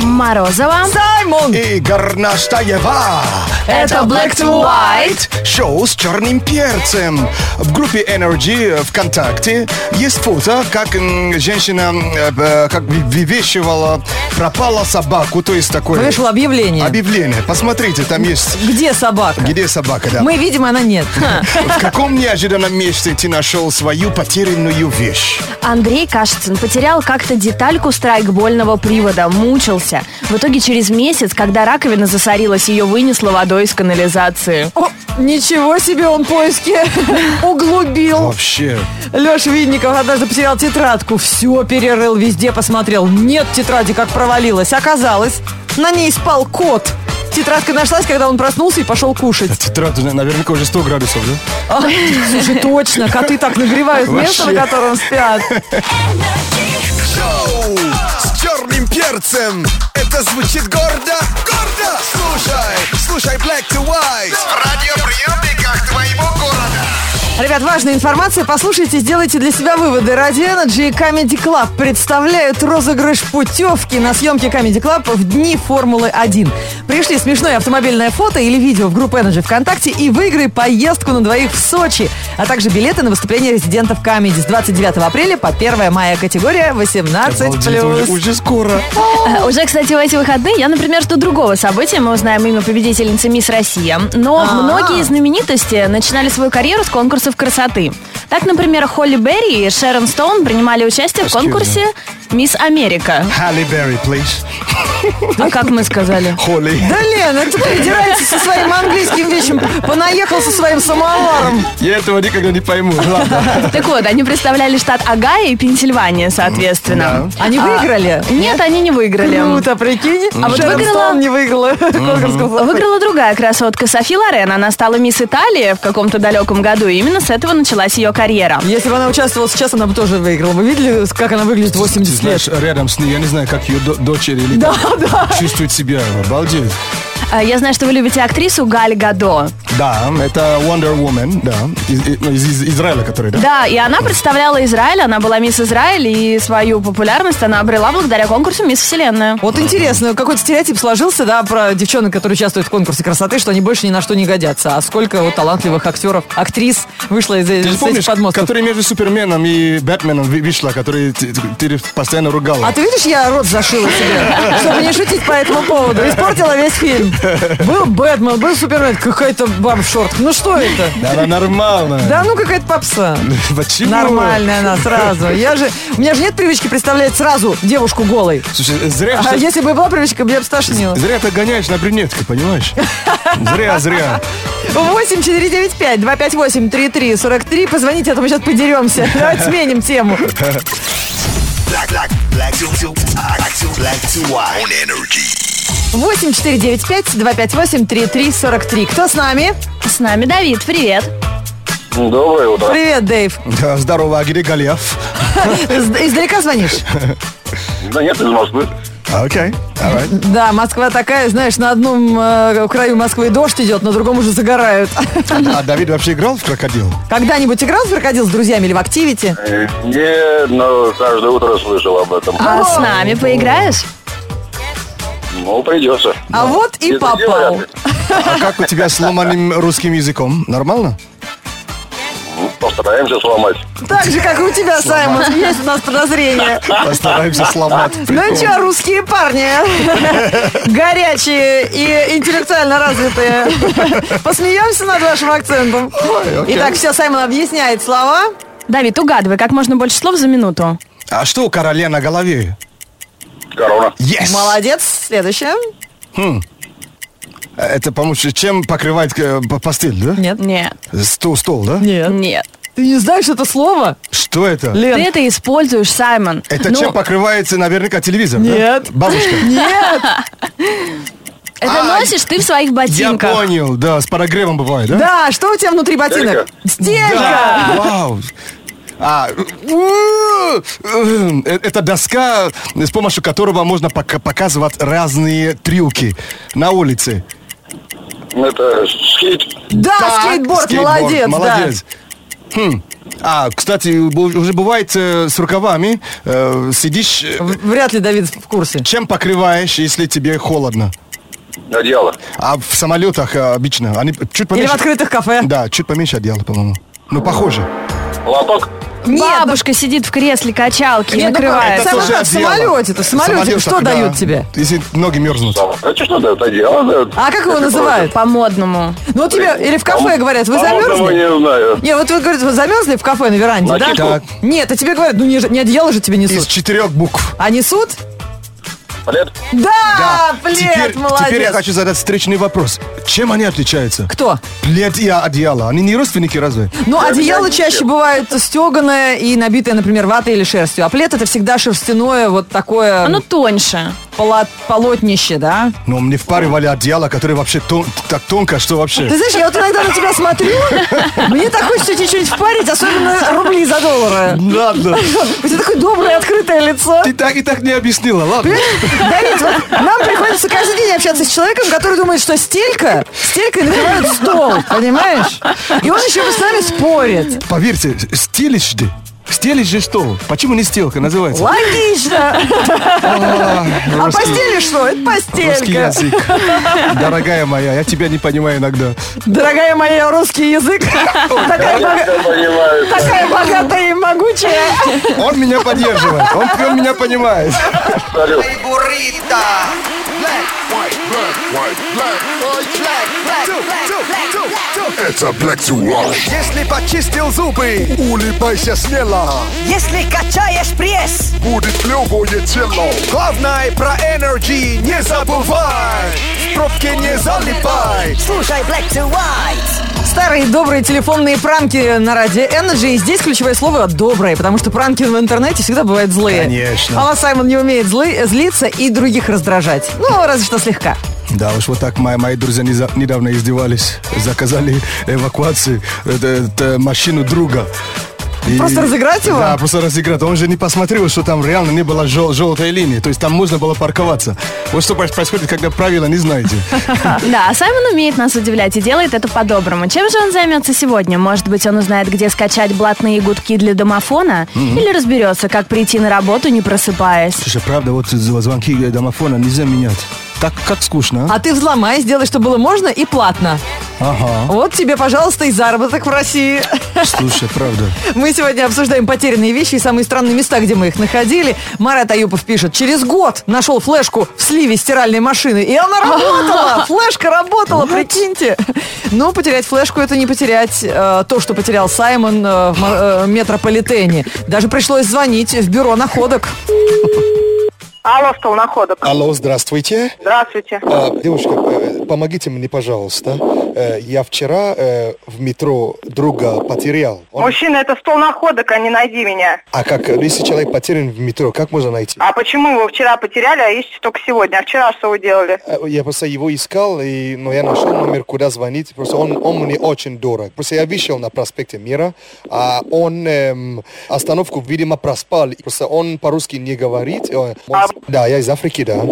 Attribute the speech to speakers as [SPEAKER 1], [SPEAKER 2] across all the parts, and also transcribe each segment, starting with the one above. [SPEAKER 1] Морозова.
[SPEAKER 2] Саймон!
[SPEAKER 3] И Горнаштаева.
[SPEAKER 1] Это Black to White.
[SPEAKER 3] Шоу с черным перцем. В группе Energy ВКонтакте есть фото, как м, женщина э, э, как бы вывешивала, пропала собаку, то есть такое
[SPEAKER 2] Вышло объявление.
[SPEAKER 3] объявление. Посмотрите, там есть
[SPEAKER 2] Где собака?
[SPEAKER 3] где собака, да.
[SPEAKER 2] Мы видим, она нет.
[SPEAKER 3] В каком неожиданном месте ты нашел свою потерянную вещь?
[SPEAKER 1] Андрей Кашицын потерял как-то детальку страйкбольного привода, мучился. В итоге через месяц, когда раковина засорилась, ее вынесло водой из канализации.
[SPEAKER 2] О, ничего себе он поиски углубил.
[SPEAKER 3] Вообще.
[SPEAKER 2] Леша Винников однажды потерял тетрадку. Все перерыл, везде посмотрел. Нет тетради, как провалилась. Оказалось, на ней спал кот. Тетрадка нашлась, когда он проснулся и пошел кушать.
[SPEAKER 3] Тетрадь, наверняка уже 100 градусов, да?
[SPEAKER 2] А, слушай, точно, коты так нагревают место, на
[SPEAKER 3] Вообще.
[SPEAKER 2] котором спят.
[SPEAKER 3] Шоу с черным перцем. Это звучит гордо, гордо. Слушай, слушай Black to White. В радиоприемниках твоего города.
[SPEAKER 2] Ребят, важная информация. Послушайте, сделайте для себя выводы. Radio Energy и Comedy Club представляют розыгрыш путевки на съемки Comedy Club в дни Формулы-1. Пришли смешное автомобильное фото или видео в группу Energy ВКонтакте и выиграй поездку на двоих в Сочи, а также билеты на выступление резидентов Comedy с 29 апреля по 1 мая. Категория 18+.
[SPEAKER 3] Уже, уже скоро.
[SPEAKER 1] Э, Уже, кстати, в эти выходные я, например, жду другого события. Мы узнаем имя победительницы Мисс Россия. Но
[SPEAKER 2] А-а.
[SPEAKER 1] многие знаменитости начинали свою карьеру с конкурсов красоты. Так, например, Холли Берри и Шерон Стоун принимали участие в
[SPEAKER 3] Excuse me.
[SPEAKER 1] конкурсе «Мисс Америка».
[SPEAKER 3] Halle Berry, please.
[SPEAKER 1] А как мы сказали?
[SPEAKER 3] Холли.
[SPEAKER 2] Да, Лена, ты придираешься со своим английским вещем, понаехал со своим самоваром.
[SPEAKER 3] Я этого никогда не пойму. Ладно.
[SPEAKER 1] Так вот, они представляли штат Агая и Пенсильвания, соответственно.
[SPEAKER 2] Они
[SPEAKER 1] А,
[SPEAKER 2] выиграли?
[SPEAKER 1] Нет, они не выиграли.
[SPEAKER 2] Круто, прикинь. А
[SPEAKER 1] вот выиграла-
[SPEAKER 2] не выиграла конкурс красоты.
[SPEAKER 1] Выиграла другая красотка Софи Лорен. Она стала мисс Италии в каком-то далеком году. И именно с этого началась ее карьера.
[SPEAKER 2] Если бы она участвовала сейчас, она бы тоже выиграла. Вы видели, как она выглядит в 80 лет?
[SPEAKER 3] Знаешь, рядом с ней, я не знаю, как ее до- дочери или
[SPEAKER 2] Да,
[SPEAKER 3] как
[SPEAKER 2] да.
[SPEAKER 3] чувствует себя. Обалдеть.
[SPEAKER 1] А, Я знаю, что вы любите актрису Галь Гадо.
[SPEAKER 3] Да, это Wonder Woman, да. Из, из- из Израиля, который, да?
[SPEAKER 1] Да, и она представляла Израиль, она была мисс Израиль, и свою популярность она обрела благодаря конкурсу «Мисс Вселенная».
[SPEAKER 2] Вот интересно, какой-то стереотип сложился, да, про девчонок, которые участвуют в конкурсе красоты, что они больше ни на что не годятся. А сколько вот талантливых актеров, актрис вышло из,
[SPEAKER 3] Ты же
[SPEAKER 2] из этих
[SPEAKER 3] помнишь,
[SPEAKER 2] подмостков.
[SPEAKER 3] который между Суперменом и Бэтменом ви- вышла, который ты, ты постоянно ругала?
[SPEAKER 2] А ты видишь, я рот зашила себе, чтобы не шутить по этому поводу. Испортила весь фильм. Был Бэтмен, был Супермен, какая-то баба в шортах. Ну что это?
[SPEAKER 3] Да, да, нормально.
[SPEAKER 2] Да ну какая-то попса.
[SPEAKER 3] Почему?
[SPEAKER 2] Нормальная она сразу. Я же, у меня же нет привычки представлять сразу девушку голой.
[SPEAKER 3] Слушай, зря,
[SPEAKER 2] А
[SPEAKER 3] что-
[SPEAKER 2] если бы была привычка, мне бы стошнило.
[SPEAKER 3] зря ты гоняешь на брюнетку, понимаешь? Зря, зря.
[SPEAKER 2] 8 495 258 33 43. Позвоните, а то мы сейчас подеремся. Давайте сменим тему.
[SPEAKER 4] Black, black, black to, to, black to, black to white. On energy.
[SPEAKER 2] 8 495 258 33 43. Кто с нами?
[SPEAKER 1] С нами Давид, привет.
[SPEAKER 5] Доброе утро.
[SPEAKER 2] Привет, Дэйв.
[SPEAKER 3] Да, Здорово, а где Голиаф?
[SPEAKER 2] Из- Издалека звонишь?
[SPEAKER 5] Да нет, из Москвы.
[SPEAKER 3] Окей, alright.
[SPEAKER 2] Да, Москва такая, знаешь, на одном э, краю Москвы дождь идет, на другом уже загорают.
[SPEAKER 3] А Давид вообще играл в крокодил?
[SPEAKER 2] Когда-нибудь играл в крокодил с друзьями или в активити?
[SPEAKER 5] Э, Нет, но ну, каждое утро слышал об этом.
[SPEAKER 1] А с нами поиграешь?
[SPEAKER 5] Ну, придется.
[SPEAKER 2] А вот и
[SPEAKER 5] Без дела,
[SPEAKER 2] попал.
[SPEAKER 5] вряд ли.
[SPEAKER 3] А как у тебя с ломаным русским языком? Нормально?
[SPEAKER 5] Ну, Постараемся сломать.
[SPEAKER 2] Так же, как и у тебя, Саймон, есть у нас подозрение.
[SPEAKER 3] Постараемся сломать.
[SPEAKER 2] Ну что, русские парни, горячие и интеллектуально развитые, посмеемся над вашим акцентом.
[SPEAKER 3] Ой, окей.
[SPEAKER 2] Итак, все, Саймон объясняет слова.
[SPEAKER 1] Давид, угадывай, как можно больше слов за минуту.
[SPEAKER 3] А что у короля на голове?
[SPEAKER 5] Корона.
[SPEAKER 3] Yes!
[SPEAKER 2] Молодец. Следующее.
[SPEAKER 3] Это, по-моему, чем покрывает э, по- постель, да?
[SPEAKER 2] Нет.
[SPEAKER 1] Нет.
[SPEAKER 3] Стол, стол, да?
[SPEAKER 2] Нет.
[SPEAKER 1] Нет.
[SPEAKER 2] Ты не знаешь это слово?
[SPEAKER 3] Что это?
[SPEAKER 1] Ты это используешь, Саймон.
[SPEAKER 3] Это
[SPEAKER 1] Ну,
[SPEAKER 3] чем покрывается наверняка телевизор, да?
[SPEAKER 2] Нет.
[SPEAKER 3] Бабушка.
[SPEAKER 2] Нет.
[SPEAKER 1] Это
[SPEAKER 3] А,
[SPEAKER 1] носишь ты в своих
[SPEAKER 3] Я
[SPEAKER 1] ботинках.
[SPEAKER 3] понял, да, с парагревом бывает, да?
[SPEAKER 2] Да, что у тебя внутри ботинок? Стелька.
[SPEAKER 3] Да, Вау. А, у, э, это доска, с помощью которого можно пока- показывать разные трюки на улице.
[SPEAKER 5] Это скид.
[SPEAKER 2] Да,
[SPEAKER 3] Так,
[SPEAKER 2] скейтборд,
[SPEAKER 3] скейтборд,
[SPEAKER 2] молодец. да.
[SPEAKER 3] Молодец. Хм, А, кстати, бу- уже бывает э, с рукавами э, сидишь, э,
[SPEAKER 2] В- Вряд ли Давид в курсе.
[SPEAKER 3] чем покрываешь, если тебе холодно?
[SPEAKER 5] Одеяло.
[SPEAKER 3] А в самолетах э, обычно они чуть
[SPEAKER 2] Или
[SPEAKER 3] поменьше.
[SPEAKER 2] в открытых кафе.
[SPEAKER 3] Да, чуть поменьше одеяла, по-моему. Ну, похоже.
[SPEAKER 5] Лоток.
[SPEAKER 2] Нет, ну,
[SPEAKER 1] Бабушка сидит в кресле качалки и
[SPEAKER 2] Нет, ну,
[SPEAKER 1] накрывает.
[SPEAKER 2] это
[SPEAKER 1] Сама-
[SPEAKER 2] тоже- в
[SPEAKER 3] одеяло.
[SPEAKER 2] самолете-то, в самолете что
[SPEAKER 3] да.
[SPEAKER 2] дают тебе?
[SPEAKER 3] Если ноги мерзнут.
[SPEAKER 5] А что, что дают? Одеяло дают.
[SPEAKER 2] А как его называют?
[SPEAKER 1] По-модному.
[SPEAKER 2] Ну, вот тебе, или в кафе говорят, вы
[SPEAKER 5] По-моему,
[SPEAKER 2] замерзли?
[SPEAKER 5] не знаю.
[SPEAKER 2] Не, вот вы говорите, вы замерзли в кафе на веранде, да?
[SPEAKER 5] Накидку.
[SPEAKER 3] Так.
[SPEAKER 2] Нет, а тебе говорят, ну не, ж- не одеяло же тебе
[SPEAKER 3] Из
[SPEAKER 2] несут.
[SPEAKER 3] четырех букв.
[SPEAKER 2] А несут?
[SPEAKER 5] Плед.
[SPEAKER 2] Да, плед,
[SPEAKER 3] теперь,
[SPEAKER 2] молодец.
[SPEAKER 3] теперь я хочу задать встречный вопрос. Чем они отличаются?
[SPEAKER 2] Кто?
[SPEAKER 3] Плед и одеяло. Они не родственники разве?
[SPEAKER 2] Ну, одеяло
[SPEAKER 5] я не
[SPEAKER 2] чаще
[SPEAKER 5] всем.
[SPEAKER 2] бывает стеганое и набитое, например, ватой или шерстью. А плед это всегда шерстяное вот такое
[SPEAKER 1] Оно тоньше.
[SPEAKER 2] поло- полотнище, да?
[SPEAKER 3] Но Ну, мне впаривали одеяло, которое вообще тон- так тонко, что
[SPEAKER 2] Ты
[SPEAKER 3] вообще.
[SPEAKER 2] знаешь, я вот иногда на тебя смотрю, мне так хочется тебе что-нибудь впарить, особенно рубли за доллары.
[SPEAKER 3] Ладно.
[SPEAKER 2] У тебя такое доброе, открытое лицо.
[SPEAKER 3] Ты так и так не объяснила,
[SPEAKER 2] Э?
[SPEAKER 3] ладно.
[SPEAKER 2] Давид, вот нам приходится каждый день общаться с человеком, который думает, что стелька, стелькой накрывают стол, понимаешь? И он еще с нами спорит.
[SPEAKER 3] Поверьте, стелишь Стелишь же что? Почему не стелка называется?
[SPEAKER 2] Логично.
[SPEAKER 3] А,
[SPEAKER 2] А
[SPEAKER 3] русский-
[SPEAKER 2] постели что? Это
[SPEAKER 3] Русский
[SPEAKER 2] постелька.
[SPEAKER 3] язык. Дорогая моя, я тебя не понимаю иногда.
[SPEAKER 2] Дорогая моя, русский язык. Такая
[SPEAKER 5] Я
[SPEAKER 2] бога-
[SPEAKER 5] всё понимаю.
[SPEAKER 2] такая богатая и могучая.
[SPEAKER 3] Он меня поддерживает, он прям меня понимает.
[SPEAKER 5] Салют.
[SPEAKER 4] Это Black to Wash.
[SPEAKER 3] Если почистил зубы, улыбайся смело.
[SPEAKER 6] Если качаешь пресс,
[SPEAKER 4] Будет любое тело.
[SPEAKER 3] Главное про энергии не забывай. В пробке не залипай.
[SPEAKER 6] слушай Black to White.
[SPEAKER 2] Старые добрые телефонные пранки на радио Energy. И здесь ключевое слово «добрые», потому что пранки в интернете всегда бывают злые.
[SPEAKER 3] Конечно.
[SPEAKER 2] Алла Саймон не умеет злы- злиться и других раздражать. Ну, разве что слегка.
[SPEAKER 3] Да уж вот так мои, мои друзья не за- недавно издевались. Заказали эвакуацию это, это машину друга. И-
[SPEAKER 2] Просто разыграть его?
[SPEAKER 3] Да, просто разыграть. Он же не посмотрел, что там реально не было жел- желтой линии. То есть там можно было парковаться. Вот что проис- происходит, когда правила не знаете.
[SPEAKER 1] Да, а Саймон умеет нас удивлять и делает это по-доброму. Чем же он займется сегодня? Может быть, он узнает, где скачать блатные гудки для домофона? Или разберется, как прийти на работу, не просыпаясь?
[SPEAKER 3] Слушай, правда, вот з- звонки э, домофона нельзя менять. Так как скучно, а?
[SPEAKER 2] А ты взломай, сделай, что было можно и платно.
[SPEAKER 3] Ага,
[SPEAKER 2] Вот тебе, пожалуйста, и заработок в России.
[SPEAKER 3] слушай, правда.
[SPEAKER 2] Мы сегодня обсуждаем потерянные вещи и самые странные места, где мы их находили. Марат Аюпов пишет, через год нашел флешку в сливе стиральной машины. И она работала! Флешка работала, прикиньте! Но потерять флешку это не потерять э, то, что потерял Саймон э, в ма- э, метрополитене. Даже пришлось звонить в бюро находок.
[SPEAKER 7] Алло, стол находок.
[SPEAKER 3] Алло, здравствуйте.
[SPEAKER 7] Здравствуйте.
[SPEAKER 3] А, девушка, э, помогите мне, пожалуйста. Э, Я вчера э, в метро друга потерял. Он-
[SPEAKER 7] Мужчина, это стол находок, а не найди меня.
[SPEAKER 3] А как, э, если человек потерян в метро, как можно найти?
[SPEAKER 7] А почему его вчера потеряли, а ищете только сегодня? А вчера что вы делали?
[SPEAKER 3] Э, Я просто его искал, и, но я нашел номер, куда звонить. Просто он, он мне очень дорог. Просто я вышел на проспекте Мира, а он эм, остановку, видимо, проспал. И Просто он по-русски не говорит. Э, он-
[SPEAKER 7] А-
[SPEAKER 3] Да, я из Африки, да.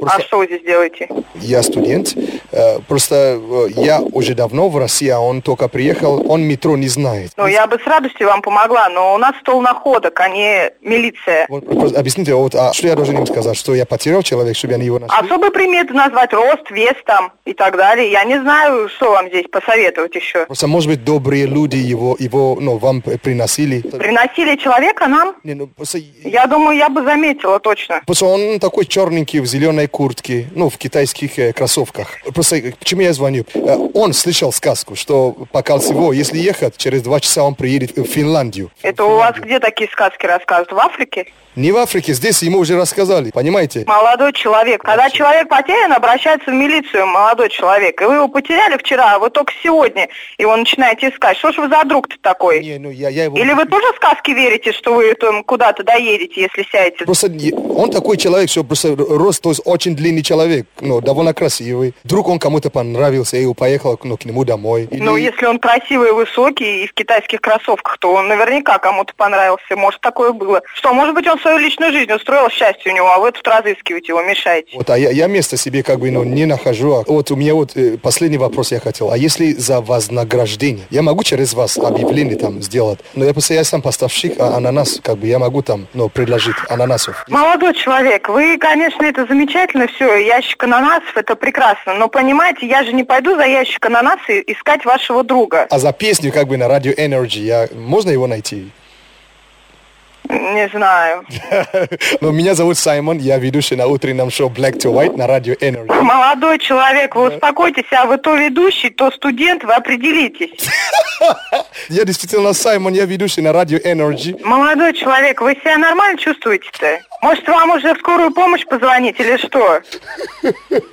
[SPEAKER 3] Просто-
[SPEAKER 7] А что вы здесь делаете?
[SPEAKER 3] Я студент, э, просто э, я уже давно в России, а он только приехал, он метро не знает.
[SPEAKER 7] Ну, я бы с радостью вам помогла, но у нас стол находок, а не милиция.
[SPEAKER 3] Вот, просто объясните, вот, а что я должен им сказать, что я потерял человека, чтобы они его нашли?
[SPEAKER 7] Особые приметы назвать рост, вес там и так далее. Я не знаю, что вам здесь посоветовать еще.
[SPEAKER 3] Просто, может быть, добрые люди его, его ну, вам п- приносили.
[SPEAKER 7] Приносили человека нам?
[SPEAKER 3] Не, ну, просто,
[SPEAKER 7] Я думаю, я бы заметила точно.
[SPEAKER 3] просто он такой черненький в зеленой куртке, ну, в китайских э, кроссовках. Просто, э, почему я звоню? Э, он слышал сказку, что по Кольцевой, если ехать, через два часа он приедет в Финляндию.
[SPEAKER 7] Это у вас где такие сказки рассказывают? В Африке?
[SPEAKER 3] Не в Африке, здесь ему уже рассказали, понимаете?
[SPEAKER 7] Молодой человек. Когда человек потерян, обращается в милицию, молодой человек. И вы его потеряли вчера, а вы только сегодня его начинаете искать. Что ж вы за друг-то такой?
[SPEAKER 3] Не, ну, я, я его...
[SPEAKER 7] Или вы тоже в сказки верите, что вы там куда-то доедете, если сядете?
[SPEAKER 3] Просто не- он такой человек, что просто рост, то есть оч- очень длинный человек, но довольно красивый. Вдруг он кому-то понравился и поехал ну, к нему домой. Или-
[SPEAKER 7] Ну, если он красивый, высокий и в китайских кроссовках, то он наверняка кому-то понравился. Может, такое было. Что, может быть, он свою личную жизнь устроил, счастье у него, а вы тут разыскиваете его, мешаете.
[SPEAKER 3] Вот, а я, я места себе как бы ну, не нахожу. А Вот у меня вот э, последний вопрос я хотел. А если за вознаграждение? Я могу через вас объявление там сделать? Но я просто я сам поставщик а, ананас, как бы я могу там ну, предложить ананасов.
[SPEAKER 7] Молодой человек, вы, конечно, это замечательно все, ящик ананасов, это прекрасно, но понимаете, я же не пойду за ящик ананасов искать вашего друга.
[SPEAKER 3] А за песню как бы на радио Energy я, можно его найти?
[SPEAKER 7] Не знаю.
[SPEAKER 3] Но Ну, меня зовут Саймон, я ведущий на утреннем шоу Black to White на радио Energy.
[SPEAKER 7] Молодой человек, вы успокойтесь, а вы то ведущий, то студент, вы определитесь.
[SPEAKER 3] Я действительно Саймон, я ведущий на радио Energy.
[SPEAKER 7] Молодой человек, вы себя нормально чувствуете-то? Может, вам уже в скорую помощь позвонить или что?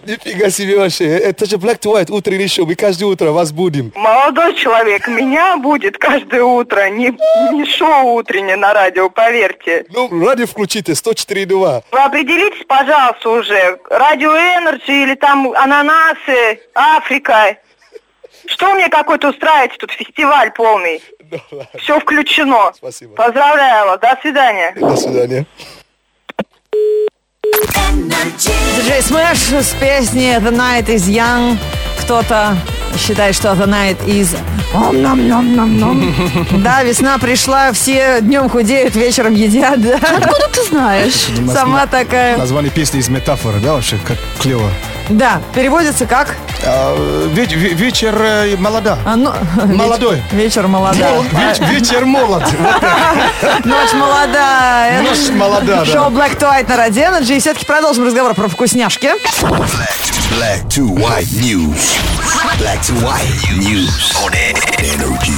[SPEAKER 3] Нифига себе вообще, это же Black to White, утренний шоу, мы каждое утро вас будем.
[SPEAKER 7] Молодой человек, меня будет каждое утро, не, не шоу утреннее на радио, поверьте.
[SPEAKER 3] Ну, радио включите, 104.2.
[SPEAKER 7] Вы определитесь, пожалуйста, уже, радио Energy или там ананасы, Африка. Что мне какой-то устраивать тут фестиваль полный? Все включено.
[SPEAKER 3] Спасибо.
[SPEAKER 7] Поздравляю вас. До свидания.
[SPEAKER 3] До свидания.
[SPEAKER 2] Диджей Смэш с песни The Night is Young. Кто-то считает, что The Night is... Ом-ном-ном-ном-ном. Да, весна пришла, все днем худеют, вечером едят. да.
[SPEAKER 1] Откуда ты знаешь?
[SPEAKER 2] Сама такая.
[SPEAKER 8] Название песни из метафоры, да, вообще, как клево.
[SPEAKER 2] Да, переводится как?
[SPEAKER 8] А, ве- ве- вечер э, молода.
[SPEAKER 2] А, ну,
[SPEAKER 8] Молодой.
[SPEAKER 2] Вечер молода.
[SPEAKER 8] Веч- вечер молод. Вот
[SPEAKER 2] Ночь молода. Это
[SPEAKER 8] Ночь молода, да.
[SPEAKER 2] Шоу Black to White на Радио Energy. И все-таки продолжим разговор про вкусняшки.
[SPEAKER 4] Black to white news. Black to white news on energy.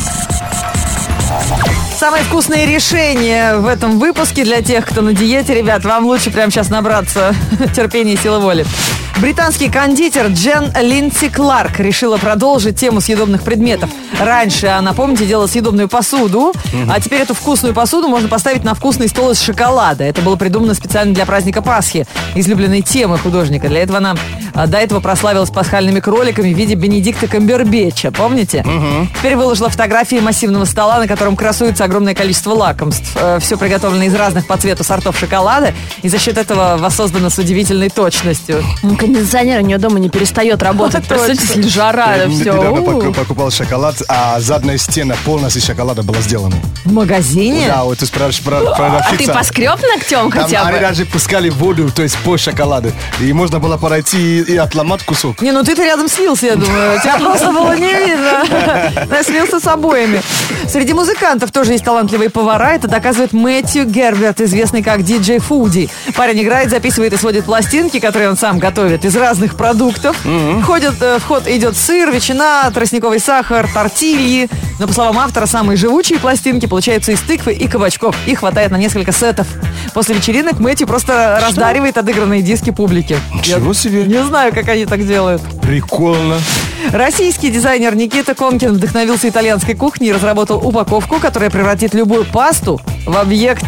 [SPEAKER 2] Самые вкусные решения в этом выпуске для тех, кто на диете. Ребят, вам лучше прямо сейчас набраться терпения и силы воли. Британский кондитер Джен Линдси Кларк решила продолжить тему съедобных предметов. Раньше она, помните, делала съедобную посуду, а теперь эту вкусную посуду можно поставить на вкусный стол из шоколада. Это было придумано специально для праздника Пасхи, излюбленной темы художника. Для этого она а, до этого прославилась пасхальными кроликами в виде Бенедикта Камбербеча, помните? Теперь выложила фотографии массивного стола, на котором красуется огромное количество лакомств. Все приготовлено из разных по цвету сортов шоколада, и за счет этого воссоздано с удивительной точностью.
[SPEAKER 1] Ну, Кондиционер у нее дома не перестает работать.
[SPEAKER 2] Точно.
[SPEAKER 1] Представляете, если жара,
[SPEAKER 8] я
[SPEAKER 1] все.
[SPEAKER 8] Недавно пок- покупал шоколад, а задняя стена полностью из шоколада была сделана.
[SPEAKER 2] В магазине?
[SPEAKER 8] Да, вот ты спрашиваешь про
[SPEAKER 1] А ты поскреб ногтем
[SPEAKER 8] Там
[SPEAKER 1] хотя
[SPEAKER 8] они
[SPEAKER 1] бы?
[SPEAKER 8] даже пускали воду, то есть по шоколаду. И можно было подойти и, и отломать кусок.
[SPEAKER 2] Не, ну ты-то рядом слился, я думаю. Тебя просто было не видно. Я слился с обоими. Среди музыкантов тоже есть талантливые повара. Это доказывает Мэтью Герберт, известный как диджей Фуди. Парень играет, записывает и сводит пластинки, которые он сам готовит, из разных продуктов. Входит, э, в ход идет сыр, ветчина, тростниковый сахар, тортильи. Но, по словам автора, самые живучие пластинки получаются из тыквы и кабачков. Их хватает на несколько сетов. После вечеринок Мэтью просто раздаривает отыгранные диски публике.
[SPEAKER 8] Чего себе?
[SPEAKER 2] Не знаю, как они так делают.
[SPEAKER 8] Прикольно.
[SPEAKER 2] Российский дизайнер Никита Комкин вдохновился итальянской кухней и разработал упаковку, которая превратит любую пасту в объект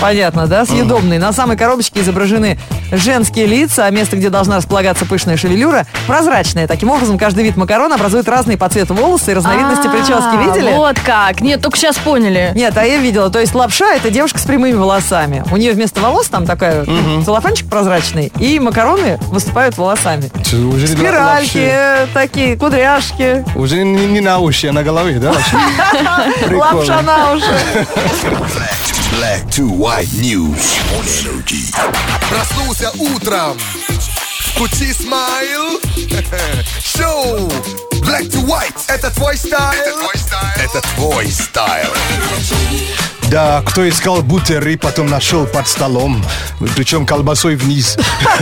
[SPEAKER 2] Понятно, да? Съедобный. На самой коробочке изображены женские лица, а место, где должна располагаться пышная шевелюра, прозрачное. Таким образом, каждый вид макарон образует разные по цвету волосы и разновидности
[SPEAKER 1] А,
[SPEAKER 2] прически. Видели?
[SPEAKER 1] Вот как. Нет, только сейчас поняли.
[SPEAKER 2] Нет, а я видела. То есть лапша – это девушка с прямыми волосами. У нее вместо волос там такая целлофанчик прозрачный, и макароны выступают волосами.
[SPEAKER 8] Чё, Уже не вообще.
[SPEAKER 2] Спиральки такие, кудряшки.
[SPEAKER 8] Уже не, не на уши, а на голове, да? вообще? Прикольно.
[SPEAKER 2] Лапша на уши.
[SPEAKER 4] Black to white news on energy. Проснулся утром. Включи смайл. Шоу. Black to white. Это твой стайл. Это твой стайл. Это твой стайл.
[SPEAKER 8] Да, кто искал бутер и потом нашел под столом, причем колбасой вниз.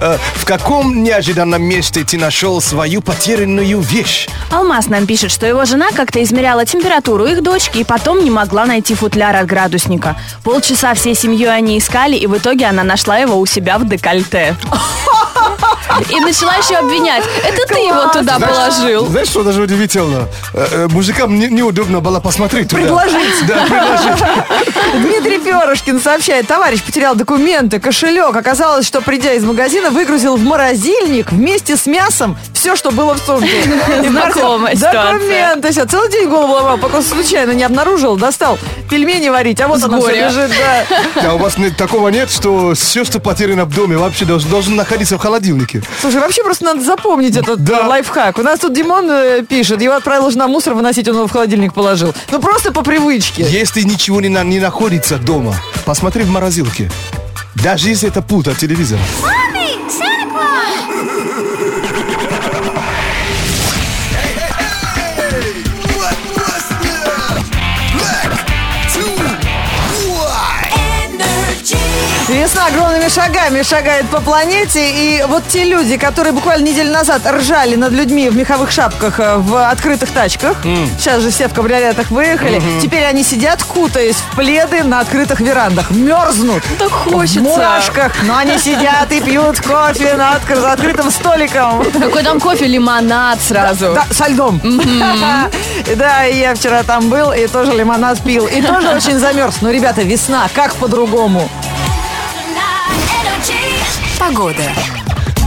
[SPEAKER 8] Э, В каком неожиданном месте ты нашел свою потерянную вещь?
[SPEAKER 1] Алмаз нам пишет, что его жена как-то измеряла температуру их дочки и потом не могла найти футляр от градусника. Полчаса всей семьей они искали, и в итоге она нашла его у себя в декольте. И начала еще обвинять. Это ты его туда положил.
[SPEAKER 3] Знаешь, что даже удивительно? Э, э, Мужикам не- неудобно было посмотреть туда.
[SPEAKER 2] Предложить.
[SPEAKER 3] Да, предложить.
[SPEAKER 2] Дмитрий Перышкин сообщает, товарищ потерял документы, кошелек. Оказалось, что придя из магазина, выгрузил в морозильник вместе с мясом все, что было в сумке. И в квартире
[SPEAKER 1] Знакомая ситуация.
[SPEAKER 2] Документы. Всё, Целый день голову ломал, пока случайно не обнаружил, достал пельмени варить, а вот
[SPEAKER 1] С
[SPEAKER 2] оно всё
[SPEAKER 1] горя.
[SPEAKER 2] лежит. да.
[SPEAKER 3] Да, А у вас нет- такого нет, что все, что потеряно в доме, вообще должен, должен находиться в холодильнике.
[SPEAKER 2] Слушай, вообще просто надо запомнить этот
[SPEAKER 3] Да.
[SPEAKER 2] э, лайфхак. У нас тут Димон э, пишет, его отправил же на мусор выносить, он его в холодильник положил. Ну просто по привычке.
[SPEAKER 3] Если ничего не, на- не находится дома, посмотри в морозилке. Даже если это пульт от телевизора.
[SPEAKER 2] Весна огромными шагами шагает по планете, и вот те люди, которые буквально неделю назад ржали над людьми в меховых шапках, э, в открытых тачках, сейчас же все в кабриолетах выехали, теперь они сидят, кутаясь в пледы на открытых верандах, мерзнут.
[SPEAKER 1] Так хочется.
[SPEAKER 2] В мурашках, но они сидят и пьют кофе на отк- за открытым столиком.
[SPEAKER 1] Какой там кофе, лимонад сразу.
[SPEAKER 2] Да, со льдом. И Да, и я вчера там был и тоже лимонад пил. И тоже очень замерз. Но, ребята, весна, как по-другому?
[SPEAKER 9] Погода.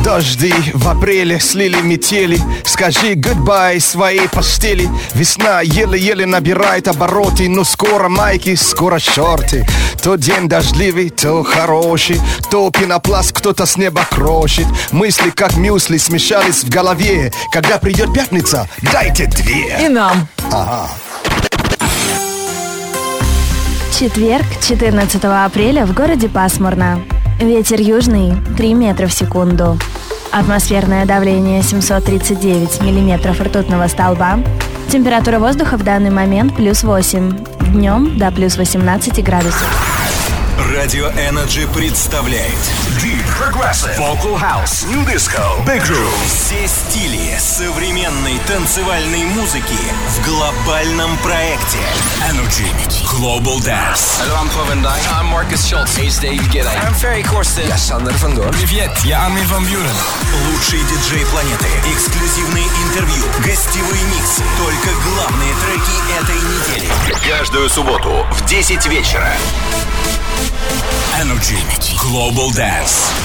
[SPEAKER 3] Дожди в апреле слили метели Скажи goodbye своей постели Весна еле-еле набирает обороты Но скоро майки, скоро шорты То день дождливый, то хороший То пенопласт кто-то с неба крошит Мысли как мюсли смешались в голове Когда придет пятница, дайте две
[SPEAKER 2] И нам.
[SPEAKER 1] Четверг, 14 апреля в городе пасмурно. Ветер южный 3 метра в секунду. Атмосферное давление 739 миллиметров ртутного столба. Температура воздуха в данный момент плюс 8. Днем до плюс 18 градусов.
[SPEAKER 10] Радио Energy представляет Deep Progressive Vocal House New Disco Big Room Все стили современной танцевальной музыки в глобальном проекте Energy Global Dance Hello, I'm Paul Van Dyke I'm Marcus Schultz Hey, Dave Gidday I'm Ferry Corsten Я Сандер Van Гор Привет, я Армин Ван Бюрен Лучший диджей планеты Эксклюзивные интервью Гостевые миксы Только главные треки этой недели Каждую субботу в 10 вечера Energy. Global Dance.